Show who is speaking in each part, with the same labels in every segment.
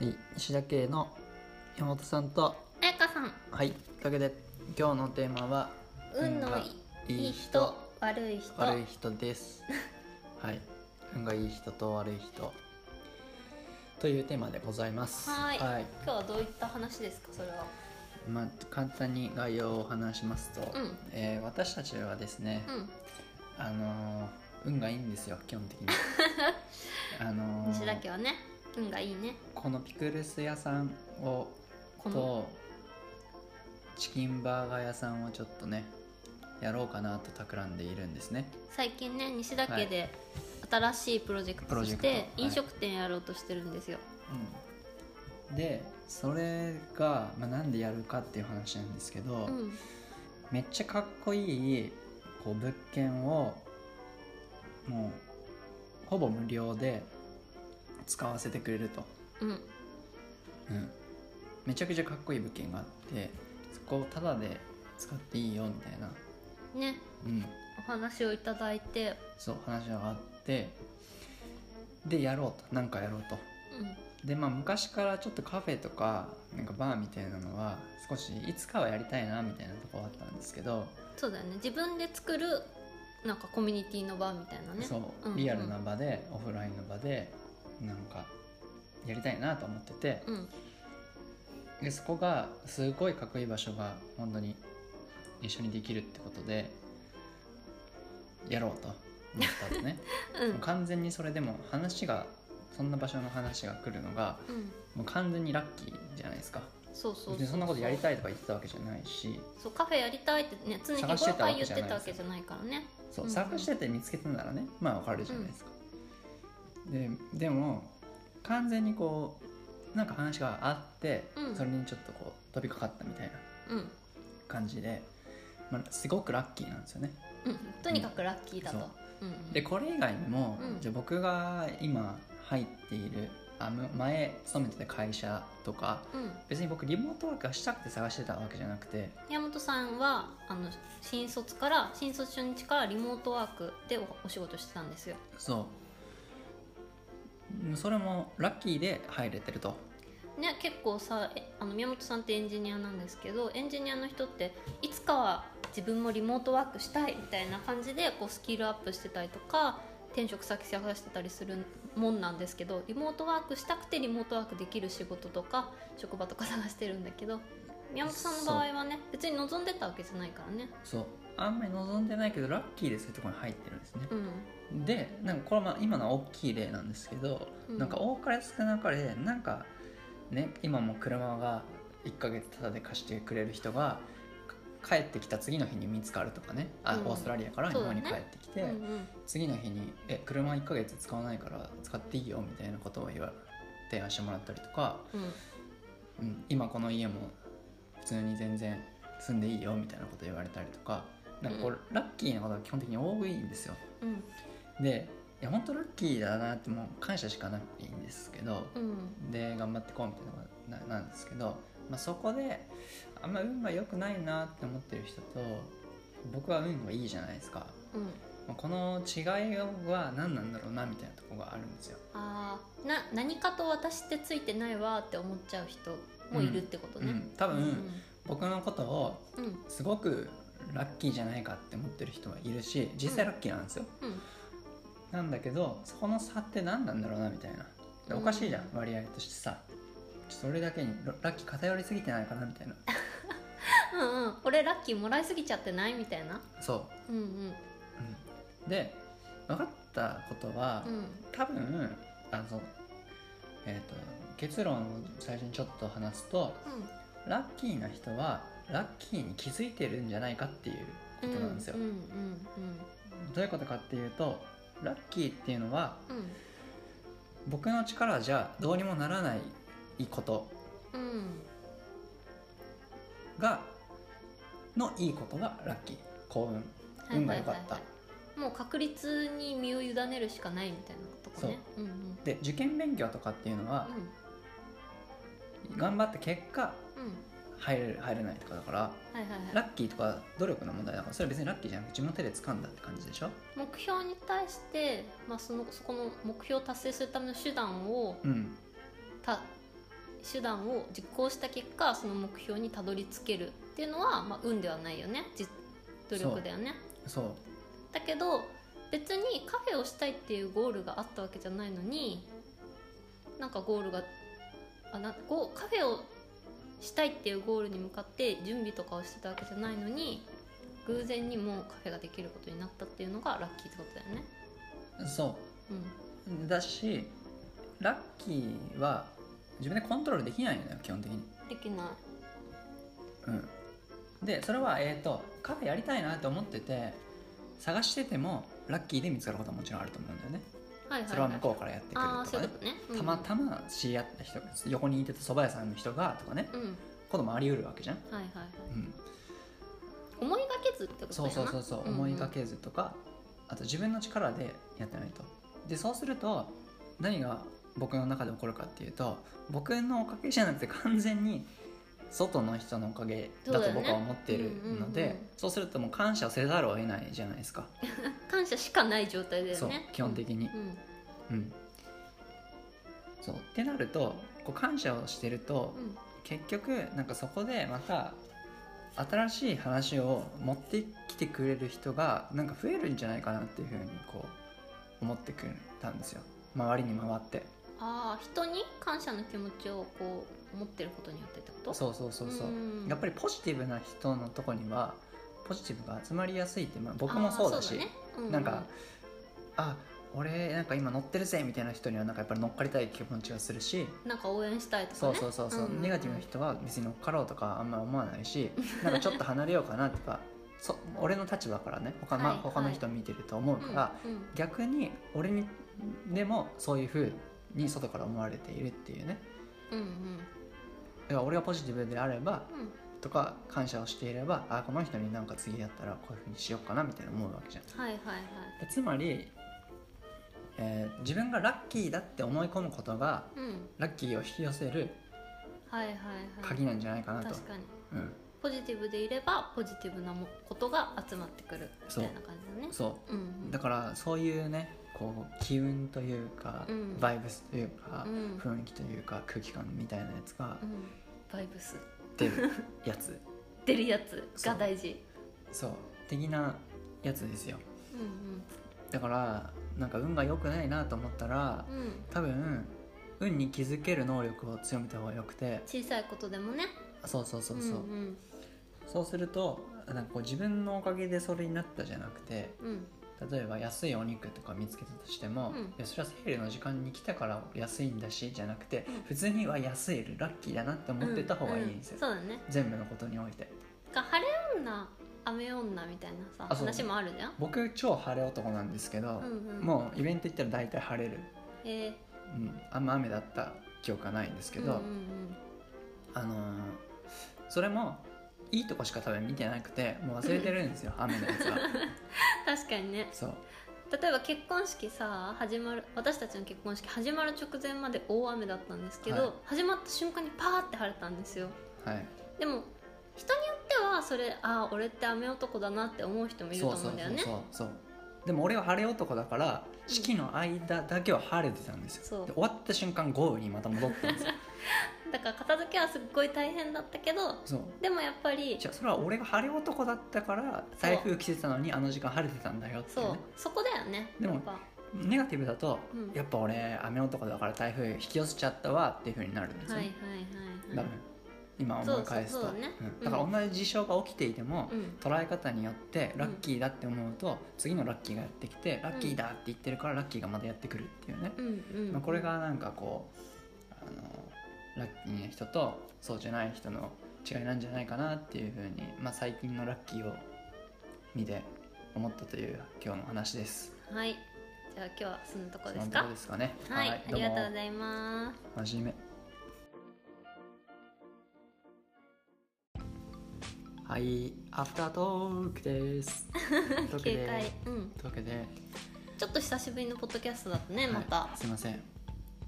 Speaker 1: はい、石田家の山本さんと
Speaker 2: 彩香さん
Speaker 1: はいというわけで今日のテーマは
Speaker 2: 運の
Speaker 1: が
Speaker 2: いい人悪い人
Speaker 1: 悪い人ですはい運がいい人と悪い人というテーマでございます
Speaker 2: はい今日はどういった話ですかそれは
Speaker 1: まあ、簡単に概要を話しますと、
Speaker 2: うん
Speaker 1: えー私たちはですね、
Speaker 2: う
Speaker 1: あのー運がいいんですよ基本的 にあの
Speaker 2: ん
Speaker 1: ー
Speaker 2: 西田家はね運がいいね
Speaker 1: このピクルス屋さんを
Speaker 2: この
Speaker 1: とチキンバーガー屋さんをちょっとねやろうかなと企んでいるんですね
Speaker 2: 最近ね西田家で新しいプロジェクト
Speaker 1: プ
Speaker 2: とし
Speaker 1: ロジェ
Speaker 2: て
Speaker 1: クトはい
Speaker 2: 飲食店やろうとしてるんですよ、
Speaker 1: うんでそれが、まあ、なんでやるかっていう話なんですけど、
Speaker 2: うん
Speaker 1: めっちゃかっこいいこう物件をもうほぼ無料で使わせてくれると、
Speaker 2: うん
Speaker 1: うん、めちゃくちゃかっこいい物件があってそこをタダで使っていいよみたいな、
Speaker 2: ね
Speaker 1: うん、
Speaker 2: お話をいただいて
Speaker 1: そう話があってでやろうとなんかやろうとでまあ昔からちょっとカフェとかなんかバーみたいなのは少しいつかはやりたいなみたいなとこはあったんですけど、
Speaker 2: うんそうだよね自分で作るなんかコミュニティの場みたいなね
Speaker 1: そう、
Speaker 2: んん
Speaker 1: リアルな場でオフラインの場でなんかやりたいなと思ってて
Speaker 2: うん
Speaker 1: でそこがすごいかっこいい場所が本当に一緒にできるってことでやろうと思ったの ね、
Speaker 2: う
Speaker 1: もうん完全にそれでも話がそんな場所の話が来るのが
Speaker 2: うん
Speaker 1: もう完全にラッキーじゃないですか
Speaker 2: そうそう
Speaker 1: 別にそんなことやりたいとか言ってたわけじゃないし
Speaker 2: そうカフェやりたいってね常日
Speaker 1: 探して
Speaker 2: 頃
Speaker 1: た
Speaker 2: か
Speaker 1: わ
Speaker 2: ら
Speaker 1: け
Speaker 2: 言っ
Speaker 1: じゃない
Speaker 2: てたわけじゃないからね
Speaker 1: そう、
Speaker 2: うんうん
Speaker 1: 探してて見つけたならねまあわかるじゃないですか、ででも完全にこうなんか話があって、
Speaker 2: うん
Speaker 1: それにちょっとこう飛びかかったみたいな
Speaker 2: うん
Speaker 1: 感じで、まあ、すごくラッキーなんですよね
Speaker 2: うん、とにかくラッキーだと
Speaker 1: そう。
Speaker 2: うん
Speaker 1: でこれ以外にも、
Speaker 2: うん
Speaker 1: じゃあ僕が今入っているあむ前勤めてた会社とか
Speaker 2: うん、
Speaker 1: 別に僕リモートワークがしたくて探してたわけじゃなくて
Speaker 2: 山本さんはあの新卒から新卒初日からリモートワークでおお仕事してたんですよ
Speaker 1: そううんそれもラッキーで入れてると
Speaker 2: ね結構さえあの宮本さんってエンジニアなんですけどエンジニアの人っていつかは自分もリモートワークしたいみたいな感じでこうスキルアップしてたりとか転職先探してたりするもんなんですけどリモートワークしたくてリモートワークできる仕事とか職場とか探してるんだけど宮本さんの場合はね別に望んでたわけじゃないからね。
Speaker 1: そうあんまり望んでないけどラッキーでそういうところに入ってるんですね
Speaker 2: うん
Speaker 1: でなんかこれはまあ今のは大きい例なんですけど、
Speaker 2: うん
Speaker 1: なんか多かれ少なかれなんかね今もう車が1ヶ月タダで貸してくれる人がか帰ってきた次の日に見つかるとかねあ、
Speaker 2: うん
Speaker 1: オーストラリアから日
Speaker 2: そう
Speaker 1: 本
Speaker 2: だ
Speaker 1: に
Speaker 2: ね
Speaker 1: 帰ってきて、
Speaker 2: うんうん
Speaker 1: 次の日に「え車1ヶ月使わないから使っていいよ」みたいなことを言わ提案してもらったりとか、
Speaker 2: う
Speaker 1: う
Speaker 2: ん
Speaker 1: ん、今この家も普通に全然住んでいいよみたいなこと言われたりとかなんかこうラッキーなことが基本的に多いんですよ
Speaker 2: うん
Speaker 1: でいや本当ラッキーだなってもう感謝しかないんですけど、
Speaker 2: うん
Speaker 1: で頑張ってこうみたいなのがななんですけど、まあ、そこであんま運が良くないなって思ってる人と僕は運がいいじゃないですか、
Speaker 2: うん
Speaker 1: まあ、この違いは何なんだろうなみたいなとこがあるんですよ、
Speaker 2: あーな何かと私ってついてないわーって思っちゃう人もいるってこと
Speaker 1: う
Speaker 2: ね、
Speaker 1: ん、多
Speaker 2: うん、
Speaker 1: 分僕のことを
Speaker 2: うんうん
Speaker 1: すごくラッキーじゃないかって思ってる人はいるし実際ラッキーなんですよ、なんだけどそこの差って何なんだろうなみたいなでおかしいじゃん、
Speaker 2: うん
Speaker 1: 割合としてさそれだけにララッキー偏りすぎてないかなみたいな
Speaker 2: うんうん俺ラッキーもらいすぎちゃってないみたいな
Speaker 1: そ
Speaker 2: うんうん
Speaker 1: う、うんで分かったことは、
Speaker 2: うん
Speaker 1: 多分あのえっ、と結論を最初にちょっと話すとラッキーな人はラッキーに気づいてるんじゃないかっていうこ
Speaker 2: うん
Speaker 1: となんですよ、
Speaker 2: うんうん
Speaker 1: どういうことかっていうとラッキーっていうのは
Speaker 2: うんうん
Speaker 1: 僕の力じゃどうにもならないこと
Speaker 2: うん
Speaker 1: がのいいことがラッキー幸運
Speaker 2: はい
Speaker 1: 運が
Speaker 2: はい
Speaker 1: 良か
Speaker 2: は
Speaker 1: っ
Speaker 2: い
Speaker 1: た、
Speaker 2: はいもう確率に身を委ねるしかないみたいなとこねうんうん
Speaker 1: で受験勉強とかっていうのは
Speaker 2: う、ん
Speaker 1: 頑張った結果
Speaker 2: うん
Speaker 1: 入れる入れないとかだから
Speaker 2: はいはいはい
Speaker 1: ラッキーとか努力の問題だからそれは別にラッキーじゃなくて自分の手で掴んだって感じでしょ
Speaker 2: 目標に対して、まあ、そのそこの目標を達成するための手段を
Speaker 1: うん
Speaker 2: た手段を実行した結果その目標にたどり着けるっていうのは、まあ、運ではないよね実努力だよね
Speaker 1: そう
Speaker 2: だけど別にカフェをしたいっていうゴールがあったわけじゃないのになんかゴールがあなゴカフェをしたいっていうゴールに向かって準備とかをしてたわけじゃないのに偶然にもカフェができることになったっていうのがラッキーってことだよね。
Speaker 1: そ
Speaker 2: うん
Speaker 1: うだしラッキーは自分でコントロールできないんだよ基本的に
Speaker 2: できない。
Speaker 1: うんでそれはえっ、とカフェやりたいなと思ってて探しててもラッキーで見つかることはもちろんあると思うんだよね
Speaker 2: はいはい、はい。
Speaker 1: それは向こうからやってくる
Speaker 2: ああー
Speaker 1: と
Speaker 2: そうい
Speaker 1: か
Speaker 2: う
Speaker 1: ね
Speaker 2: ことね。
Speaker 1: たまたま知り合った人が横にいてた蕎麦屋さんの人がとかね
Speaker 2: うん。うん。
Speaker 1: こともあり得るわけじゃん、
Speaker 2: はいはいはい。
Speaker 1: うん、
Speaker 2: 思いがけずってことだ
Speaker 1: そう
Speaker 2: よな。
Speaker 1: そうそうそう、
Speaker 2: んん
Speaker 1: 思いが。けずとかあと自分の力でやってないとでそうすると何が僕の中で起こるかっていうと僕のおかげじゃなくて完全に外の人のおかげだと僕は思っている
Speaker 2: そうだよ
Speaker 1: の
Speaker 2: ねうんうんうん
Speaker 1: でそうするともう感謝せざるを得ないじゃないですか、
Speaker 2: 感謝しかない状態だよね。
Speaker 1: そう基本的に
Speaker 2: う、ん。
Speaker 1: うん、そうってなるとこう感謝をしてると
Speaker 2: うん。
Speaker 1: 結局なんかそこでまた新しい話を持ってきてくれる人がなんか増えるんじゃないかなっていうふうにこう思ってくれたんですよ周りに回って
Speaker 2: ああ人に感謝の気持ちをこう持ってることによってってこと
Speaker 1: そうそうそうそう、
Speaker 2: ん
Speaker 1: やっぱりポジティブな人のとこにはポジティブが集まりやすいって、まあ、僕もそうだし
Speaker 2: あーねうう
Speaker 1: なんかあ俺なんか今乗ってるぜみたいな人にはなんかやっぱり乗っかりたい気持ちがするし
Speaker 2: なんか応援したいとか
Speaker 1: そう
Speaker 2: ね
Speaker 1: そうそうそう、
Speaker 2: んんん
Speaker 1: ネガティブな人は別に乗っかろうとかあんま思わない しなんかちょっと離れようかなとかそ俺の立場からね他,、まあ
Speaker 2: はい
Speaker 1: 他の人見てると思うから、
Speaker 2: うんうん
Speaker 1: 逆に俺にでもそういうふうに外から思われているっていうね
Speaker 2: うん
Speaker 1: だから俺がポジティブであれば
Speaker 2: うんうん
Speaker 1: とか感謝をしていればあこの人になんか次やったらこういうふうにしようかなみたいな思うわけじゃん
Speaker 2: はいはいはい
Speaker 1: でつまり、えー自分がラッキーだって思い込むことが
Speaker 2: うん
Speaker 1: ラッキーを引き寄せる
Speaker 2: はいはいはい
Speaker 1: 鍵なんじゃないかなと、
Speaker 2: 確かに
Speaker 1: うん、
Speaker 2: ポジティブでいればポジティブなもことが集まってくるみた
Speaker 1: そう
Speaker 2: いな感じだね
Speaker 1: そう
Speaker 2: うんうん
Speaker 1: だからそういうねこう機運というか、
Speaker 2: うん
Speaker 1: バイブスというか、
Speaker 2: うん
Speaker 1: 雰囲気というか空気感みたいなやつが
Speaker 2: うんバイブス
Speaker 1: 出るや つ
Speaker 2: 出るやつが大事
Speaker 1: そう的なやつですよ
Speaker 2: うん
Speaker 1: だからなんか運が良くないなと思ったら
Speaker 2: うんうん
Speaker 1: 多分運に気づける能力を強めた方がよくて
Speaker 2: 小さいことでもね
Speaker 1: そうそうそうそう、
Speaker 2: うん
Speaker 1: そうするとなんかこう自分のおかげでそれになったじゃなくて
Speaker 2: うんうん
Speaker 1: 例えば安いお肉とか見つけたとしても、
Speaker 2: うん
Speaker 1: いやそれはセールの時間に来たから安いんだしじゃなくて、普通には安いラッキーだなって思ってた方がいいんですよ、
Speaker 2: ううんそうだね
Speaker 1: 全部のことにおいて
Speaker 2: か晴れ女雨女みたいなさ
Speaker 1: あそう
Speaker 2: 話もあるじゃん、
Speaker 1: 僕超晴れ男なんですけど、
Speaker 2: うんうん、
Speaker 1: もうイベント行ったら大体晴れる、
Speaker 2: えー
Speaker 1: うん、あんま雨だった記憶はないんですけど、
Speaker 2: うんうん
Speaker 1: あのーそれもいいとこしか多分見てなくてもう忘れてるんですよ雨のやつは
Speaker 2: うん確かにね
Speaker 1: そう
Speaker 2: 例えば結婚式さ始まる私たちの結婚式始まる直前まで大雨だったんですけど、
Speaker 1: はい
Speaker 2: 始まった瞬間にパーって晴れたんですよ
Speaker 1: はい
Speaker 2: でも人によってはそれああ俺って雨男だなって思う人もいると
Speaker 1: そうそ
Speaker 2: 思
Speaker 1: ううん
Speaker 2: だよね
Speaker 1: そうそうでも俺は晴れ男だから
Speaker 2: ん
Speaker 1: 式の間だけは晴れてたんです
Speaker 2: そ
Speaker 1: よ
Speaker 2: う
Speaker 1: で終わった瞬間豪雨にまた戻ったん ですよ
Speaker 2: だから片付けはすっごい大変だったけど
Speaker 1: そう
Speaker 2: でもやっぱり
Speaker 1: じゃあそれは俺が晴れ男だったから台風来てたのにあの時間晴れてたんだよってい
Speaker 2: そうう
Speaker 1: ね
Speaker 2: そこだよね
Speaker 1: でも
Speaker 2: やっぱ
Speaker 1: ネガティブだと、
Speaker 2: うん
Speaker 1: やっぱ俺雨男だから台風引き寄せちゃったわっていうふうになるんです
Speaker 2: は
Speaker 1: よ、
Speaker 2: いは
Speaker 1: ね
Speaker 2: いはい
Speaker 1: 多分
Speaker 2: はい
Speaker 1: 今思い返すと
Speaker 2: そうそうそうね
Speaker 1: んだから同じ事象が起きていても、
Speaker 2: うん
Speaker 1: 捉え方によってラッキーだって思うと、次のラッキーがやってきてラッキーだって言ってるからラッキーがまたやってくるっていうね、
Speaker 2: うんうん
Speaker 1: まあ、これがなんかこうあのラッキーな人とそうじゃない人の違いなんじゃないかなっていうふうに、まあ、最近のラッキーを見て思ったという今日の話です。
Speaker 2: はいじゃあ今日はそんなとこ
Speaker 1: そ
Speaker 2: で
Speaker 1: の
Speaker 2: す
Speaker 1: と
Speaker 2: か
Speaker 1: こですかね。
Speaker 2: はい、ありがとうご
Speaker 1: い
Speaker 2: ざいます。
Speaker 1: ます。真面目。はい、アフタートーク です。というわけで
Speaker 2: 警戒、うん、
Speaker 1: というわけで、
Speaker 2: ちょっと久しぶりのポッドキャストだったね、また、
Speaker 1: はい、すいません、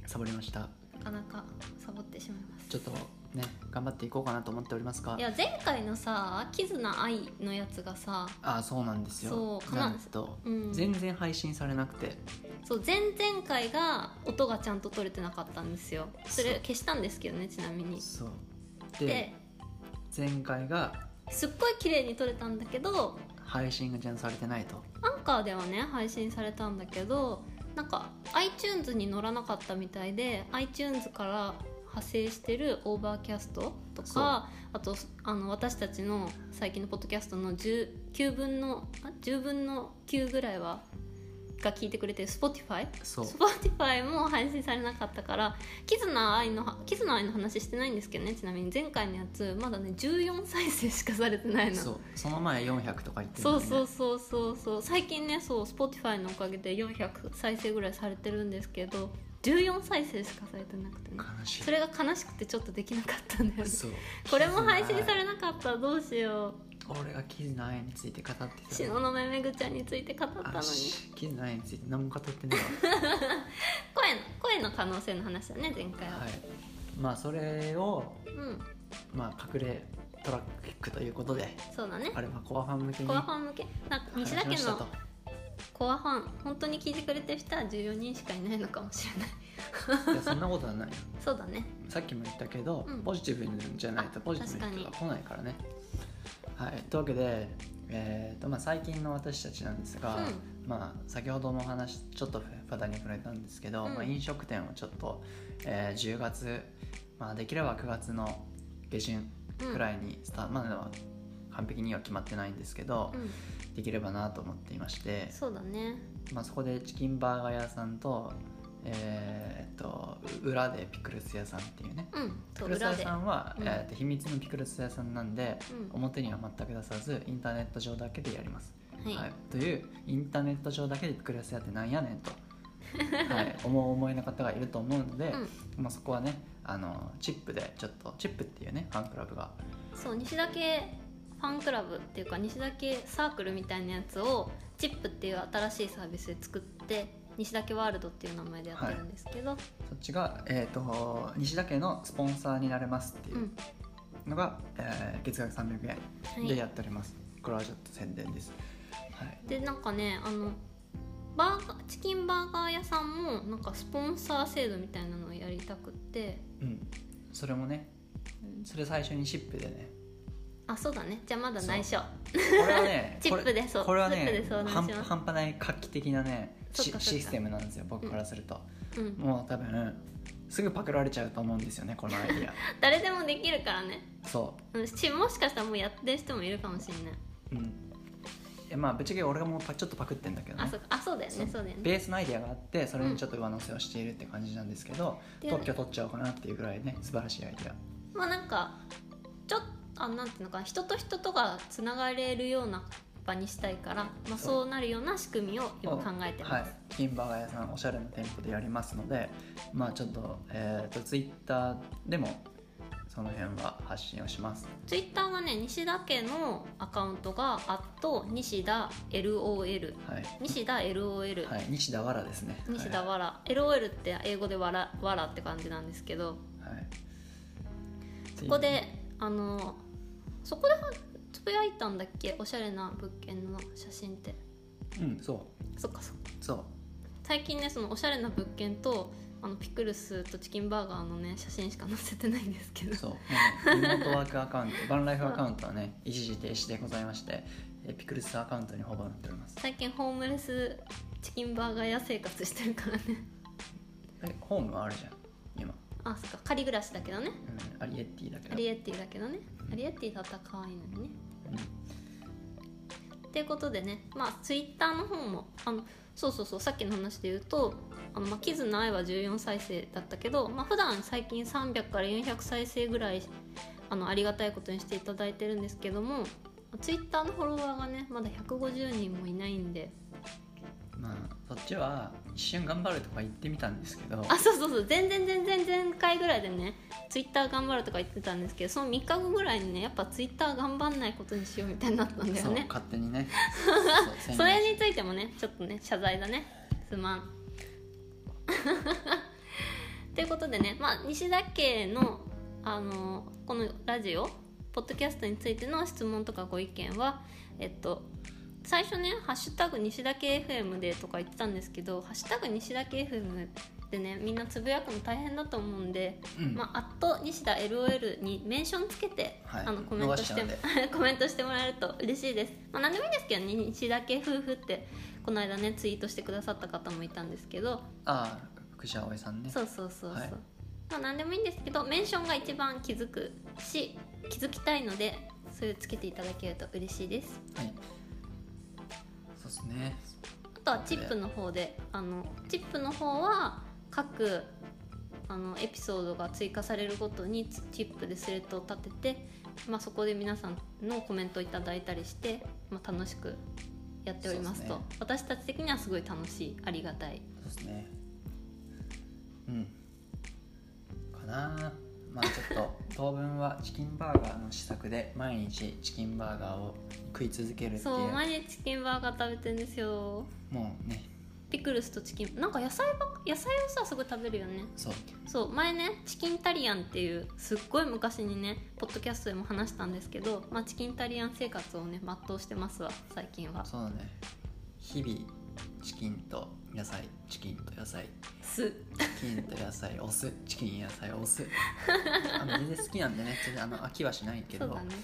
Speaker 1: サボりました。
Speaker 2: なかなかサボってしまいます。
Speaker 1: ちょっとね、頑張っていこうかなと思っておりますが
Speaker 2: い、や、前回のさ、キズな愛のやつがさ、
Speaker 1: あそうなんですよ
Speaker 2: そうかな
Speaker 1: なんと
Speaker 2: うん、
Speaker 1: 全然配信されなくて
Speaker 2: そう前々回が音がちゃんと取れてなかったんですよそれ
Speaker 1: そう
Speaker 2: 消したんですけどねちなみに
Speaker 1: そう
Speaker 2: で
Speaker 1: で前回が
Speaker 2: すっごい綺麗に取れたんだけど
Speaker 1: 配信がちゃんとされてないと
Speaker 2: アンカーではね配信されたんだけどなんか iTunes に乗らなかったみたいで iTunes から派生してるオーバーキャストと
Speaker 1: そう
Speaker 2: かあとあの私たちの最近のポッドキャストの10 9分のあ10分の9ぐらいはが聞いてくれてる Spotify
Speaker 1: そう
Speaker 2: Spotify も配信されなかったからキズナ愛のキズナ愛の話してないんですけどねちなみに前回のやつまだね14再生しかされてないの
Speaker 1: そうその前400とか言ってる
Speaker 2: そ
Speaker 1: の
Speaker 2: う
Speaker 1: にね
Speaker 2: そうそうそうそう最近ねそう Spotify のおかげで400再生ぐらいされてるんですけど14再生しかされてなくてね
Speaker 1: 悲しい
Speaker 2: それが悲しくてちょっとできなかったんだよね
Speaker 1: そう
Speaker 2: これも配信されなかったらどうしよ
Speaker 1: 俺がキズナアイについて語ってた
Speaker 2: う東雲めぐちゃんについて語ったのに
Speaker 1: あしキズナアイについて何も語ってないわ
Speaker 2: 声の声の可能性の話だね前回は、
Speaker 1: はい、まあそれを、
Speaker 2: うん
Speaker 1: まあ、隠れトラックということで
Speaker 2: そうだね
Speaker 1: あれはコアファン向けに
Speaker 2: コアファン向けなんか西田
Speaker 1: 話しま
Speaker 2: 家
Speaker 1: した
Speaker 2: の
Speaker 1: と
Speaker 2: コアファン本当に聞いてくれてる人は14人しかいないのかもしれない
Speaker 1: いやそんなことはない
Speaker 2: そうだね
Speaker 1: さっきも言ったけど、
Speaker 2: うん
Speaker 1: ポジティブじゃないと
Speaker 2: あ
Speaker 1: ポジティブな人が来ないからねはいというわけで、えーとまあ、最近の私たちなんですが、
Speaker 2: う
Speaker 1: まあ、先ほどのお話ちょっとパタに触れたんですけど、
Speaker 2: うん
Speaker 1: まあ、飲食店をちょっと、えー10月、まあ、できれば9月の下旬
Speaker 2: うん
Speaker 1: くらいにスタート、まだ完璧には決まってないんですけど、
Speaker 2: うん
Speaker 1: できればなと思っていまして、
Speaker 2: そうだね
Speaker 1: まあ、そこでチキンバーガー屋さんと,、えーっと裏でピクルス屋さんっていうね
Speaker 2: うん
Speaker 1: ピク
Speaker 2: そう
Speaker 1: ルス
Speaker 2: 裏
Speaker 1: 屋
Speaker 2: で
Speaker 1: さんは、
Speaker 2: うん
Speaker 1: えーっと秘密のピクルス屋さんなんで、
Speaker 2: うん
Speaker 1: 表には全く出さずインターネット上だけでやります、
Speaker 2: はい、
Speaker 1: というインターネット上だけでピクルス屋ってなんやねん と、はい、思う思いの方がいると思うので、まあ、そこはねあのチップでちょっとチップっていうねファンクラブが
Speaker 2: うん、そう西田家ファンクラブっていうか西田家サークルみたいなやつをチップっていう新しいサービスで作って西田家ワールドっていう名前でやってるんですけど、
Speaker 1: そっちが、えー、と西田家のスポンサーになれますっていううんのが、えー月額300
Speaker 2: は
Speaker 1: 円
Speaker 2: い
Speaker 1: でやっております、これはちょっと宣伝です、はい、
Speaker 2: でなんかねあのバーガーチキンバーガー屋さんもなんかスポンサー制度みたいなのをやりたくって
Speaker 1: うんそれもねそれ最初にチップでね
Speaker 2: あそうだねじゃあまだ内緒
Speaker 1: これはね
Speaker 2: チップでそう
Speaker 1: これは
Speaker 2: チップ
Speaker 1: ね
Speaker 2: で相談しま
Speaker 1: 半
Speaker 2: す
Speaker 1: 半端ない画期的なね
Speaker 2: そっ
Speaker 1: シ
Speaker 2: かそっか
Speaker 1: システムなんですよ僕からすると、
Speaker 2: うん
Speaker 1: もう多分すぐパクられちゃうと思うんですよねこのアイディ
Speaker 2: 誰でもできるからね
Speaker 1: アそ
Speaker 2: うんしもしかしたらもうやってる人もいるかもしれないう
Speaker 1: うんいやまあぶっちゃけ俺がもうパちょっとパクってんだけど
Speaker 2: あ
Speaker 1: ね
Speaker 2: そうかあそうだよねそうだよね
Speaker 1: ベースのアイデアがあってそれにちょっと上乗せをしているって感じなんですけど、
Speaker 2: で
Speaker 1: 特許取っちゃおうかなっていうぐらいね素晴らしいアイデア
Speaker 2: まあなんかちょっとあなんていうのかな人と人とがつながれるような場にしたいから、まあ、
Speaker 1: そう
Speaker 2: そうなるような仕組みを今考えてます、
Speaker 1: はい、チキンバーガー屋さんおしゃれな店舗でやりますのでまあちょっと,、えー、とツイッターでもその辺は発信をします
Speaker 2: ツイッターはね西田家のアカウントが「アット西田 LOL」
Speaker 1: はい、
Speaker 2: 西田 LOL、
Speaker 1: はい、西田わらですね
Speaker 2: 西田
Speaker 1: は
Speaker 2: わら、LOL って英語でわらわらって感じなんですけど
Speaker 1: い、はい
Speaker 2: そこであのそこではつぶやいたんだっけおしゃれな物件の写真って
Speaker 1: うんそう
Speaker 2: そっかそっか
Speaker 1: そう
Speaker 2: 最近ねそのおしゃれな物件とあのピクルスとチキンバーガーのね写真しか載せてないんですけど
Speaker 1: そう、もうねリモートワークア カウント、バンライフアカウントはね、一時停止でございまして、えーピクルスアカウントにほぼなっております。
Speaker 2: 最近ホームレスチキンバーガー屋生活してるからね
Speaker 1: え、ホームはあるじゃん、今。
Speaker 2: あそっか仮暮らしだけどね
Speaker 1: うん、アリエッティだけど。
Speaker 2: アリエッティだけどねアリエッティだったら可愛いのにねっていうことでねまあツイッターの方もあのそうそうそうさっきの話で言うとあの、まあ、キズの愛は14再生だったけど、まあ普段最近300から400再生ぐらいあのありがたいことにしていただいてるんですけどもツイッターのフォロワーがねまだ150人もいないんで
Speaker 1: うん、まあ、そっちは一瞬頑張るとか言ってみたんですけど。
Speaker 2: あそうそうそう全然全然前回ぐらいでねツイッター頑張るとか言ってたんですけどその3日後ぐらいにねやっぱツイッター頑張んないことにしようみたいになったんだよ
Speaker 1: そう、
Speaker 2: ね
Speaker 1: 勝手に ね。そう
Speaker 2: それについてもねちょっとね謝罪だねすまん ということでね、まあ、西田家のあのこのラジオポッドキャストについての質問とかご意見はえっと最初ね「ハッシュタグ西だけ FM で」とか言ってたんですけど「ハッシュタグ西だけ FM」でねみんなつぶやくの大変だと思うんで
Speaker 1: う
Speaker 2: 「
Speaker 1: ん
Speaker 2: まあ、アット西田 LOL」にメンションつけて、
Speaker 1: はい
Speaker 2: あのコメントして
Speaker 1: 伸ばし
Speaker 2: コメントしてもらえると嬉しいです、まあ、何でもいいんですけどね西田家夫婦ってこの間ねツイートしてくださった方もいたんですけど
Speaker 1: ああ福士葵さんね
Speaker 2: そうそうそうそう、
Speaker 1: はい
Speaker 2: まあ何でもいいんですけどメンションが一番気づくし気づきたいのでそれをつけていただけると嬉しいです
Speaker 1: はいそうですね
Speaker 2: あとはチップの方であのチップの方は各あのエピソードが追加されるごとにチチップでスレッドを立てて、まあ、そこで皆さんのコメントをいただいたりして、まあ、楽しくやっておりますと
Speaker 1: そうで
Speaker 2: 私たち的にはすごい楽しいありがたい
Speaker 1: そうですねうんかなまあちょっと当分はチキンバーガーの試作で毎日チキンバーガーを食い続けるってい
Speaker 2: そう
Speaker 1: う
Speaker 2: 毎日チキンバーガー食べてんですよ
Speaker 1: もうね
Speaker 2: ピクルスとチキンなんか野菜ばっ野菜をさすごい食べるよね
Speaker 1: そう
Speaker 2: そう前ねチキンタリアンっていうすっごい昔にねポッドキャストでも話したんですけど、まあ、チキンタリアン生活をね全うしてますわ最近は
Speaker 1: そうだね日々チキンと野菜チキンと野菜
Speaker 2: す
Speaker 1: チキンと野菜お酢チキン野菜お酢あの全然好きなんでね全然あの飽きはしないけ
Speaker 2: そ
Speaker 1: ど
Speaker 2: うだね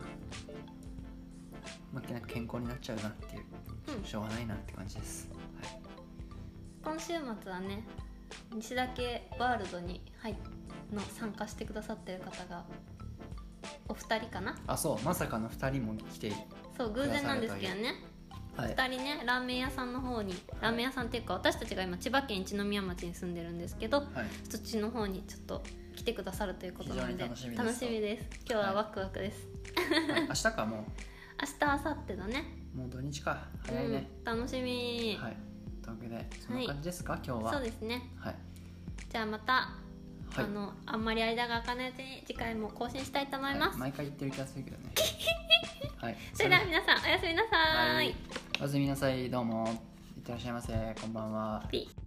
Speaker 1: うんまあ、なんか健康になっちゃうなっていう、
Speaker 2: うん
Speaker 1: しょうがないなって感じです、はい、
Speaker 2: 今週末はね西岳ワールドに、はい、の参加してくださってる方がお二人かな
Speaker 1: あそうまさかの2人も来ている
Speaker 2: そう偶然なんですけどね
Speaker 1: はい
Speaker 2: 2人ねラーメン屋さんの方にラーメン屋さんっていうか私たちが今千葉県一宮町に住んでるんですけど
Speaker 1: はい、
Speaker 2: そっちの方にちょっと来てくださるということなので
Speaker 1: 非常に
Speaker 2: 楽
Speaker 1: 楽
Speaker 2: し
Speaker 1: し
Speaker 2: み
Speaker 1: み
Speaker 2: です今日はワクワクです、
Speaker 1: はい明日かも
Speaker 2: 明日明後日だね
Speaker 1: うもう土日か早いね、
Speaker 2: うん、楽しみ、
Speaker 1: はいというわけでそんな感じですか、今日は
Speaker 2: そうですね
Speaker 1: はい、
Speaker 2: じゃあまた、
Speaker 1: はい
Speaker 2: あのあんまり間が空かないうちに次回も更新したいと思います、
Speaker 1: はい毎回言ってる気がするけ どねはい
Speaker 2: それでは皆さんおやすみなさ
Speaker 1: はいい、おやすみなさいどうもいってらっしゃいませこんばんは
Speaker 2: ピッ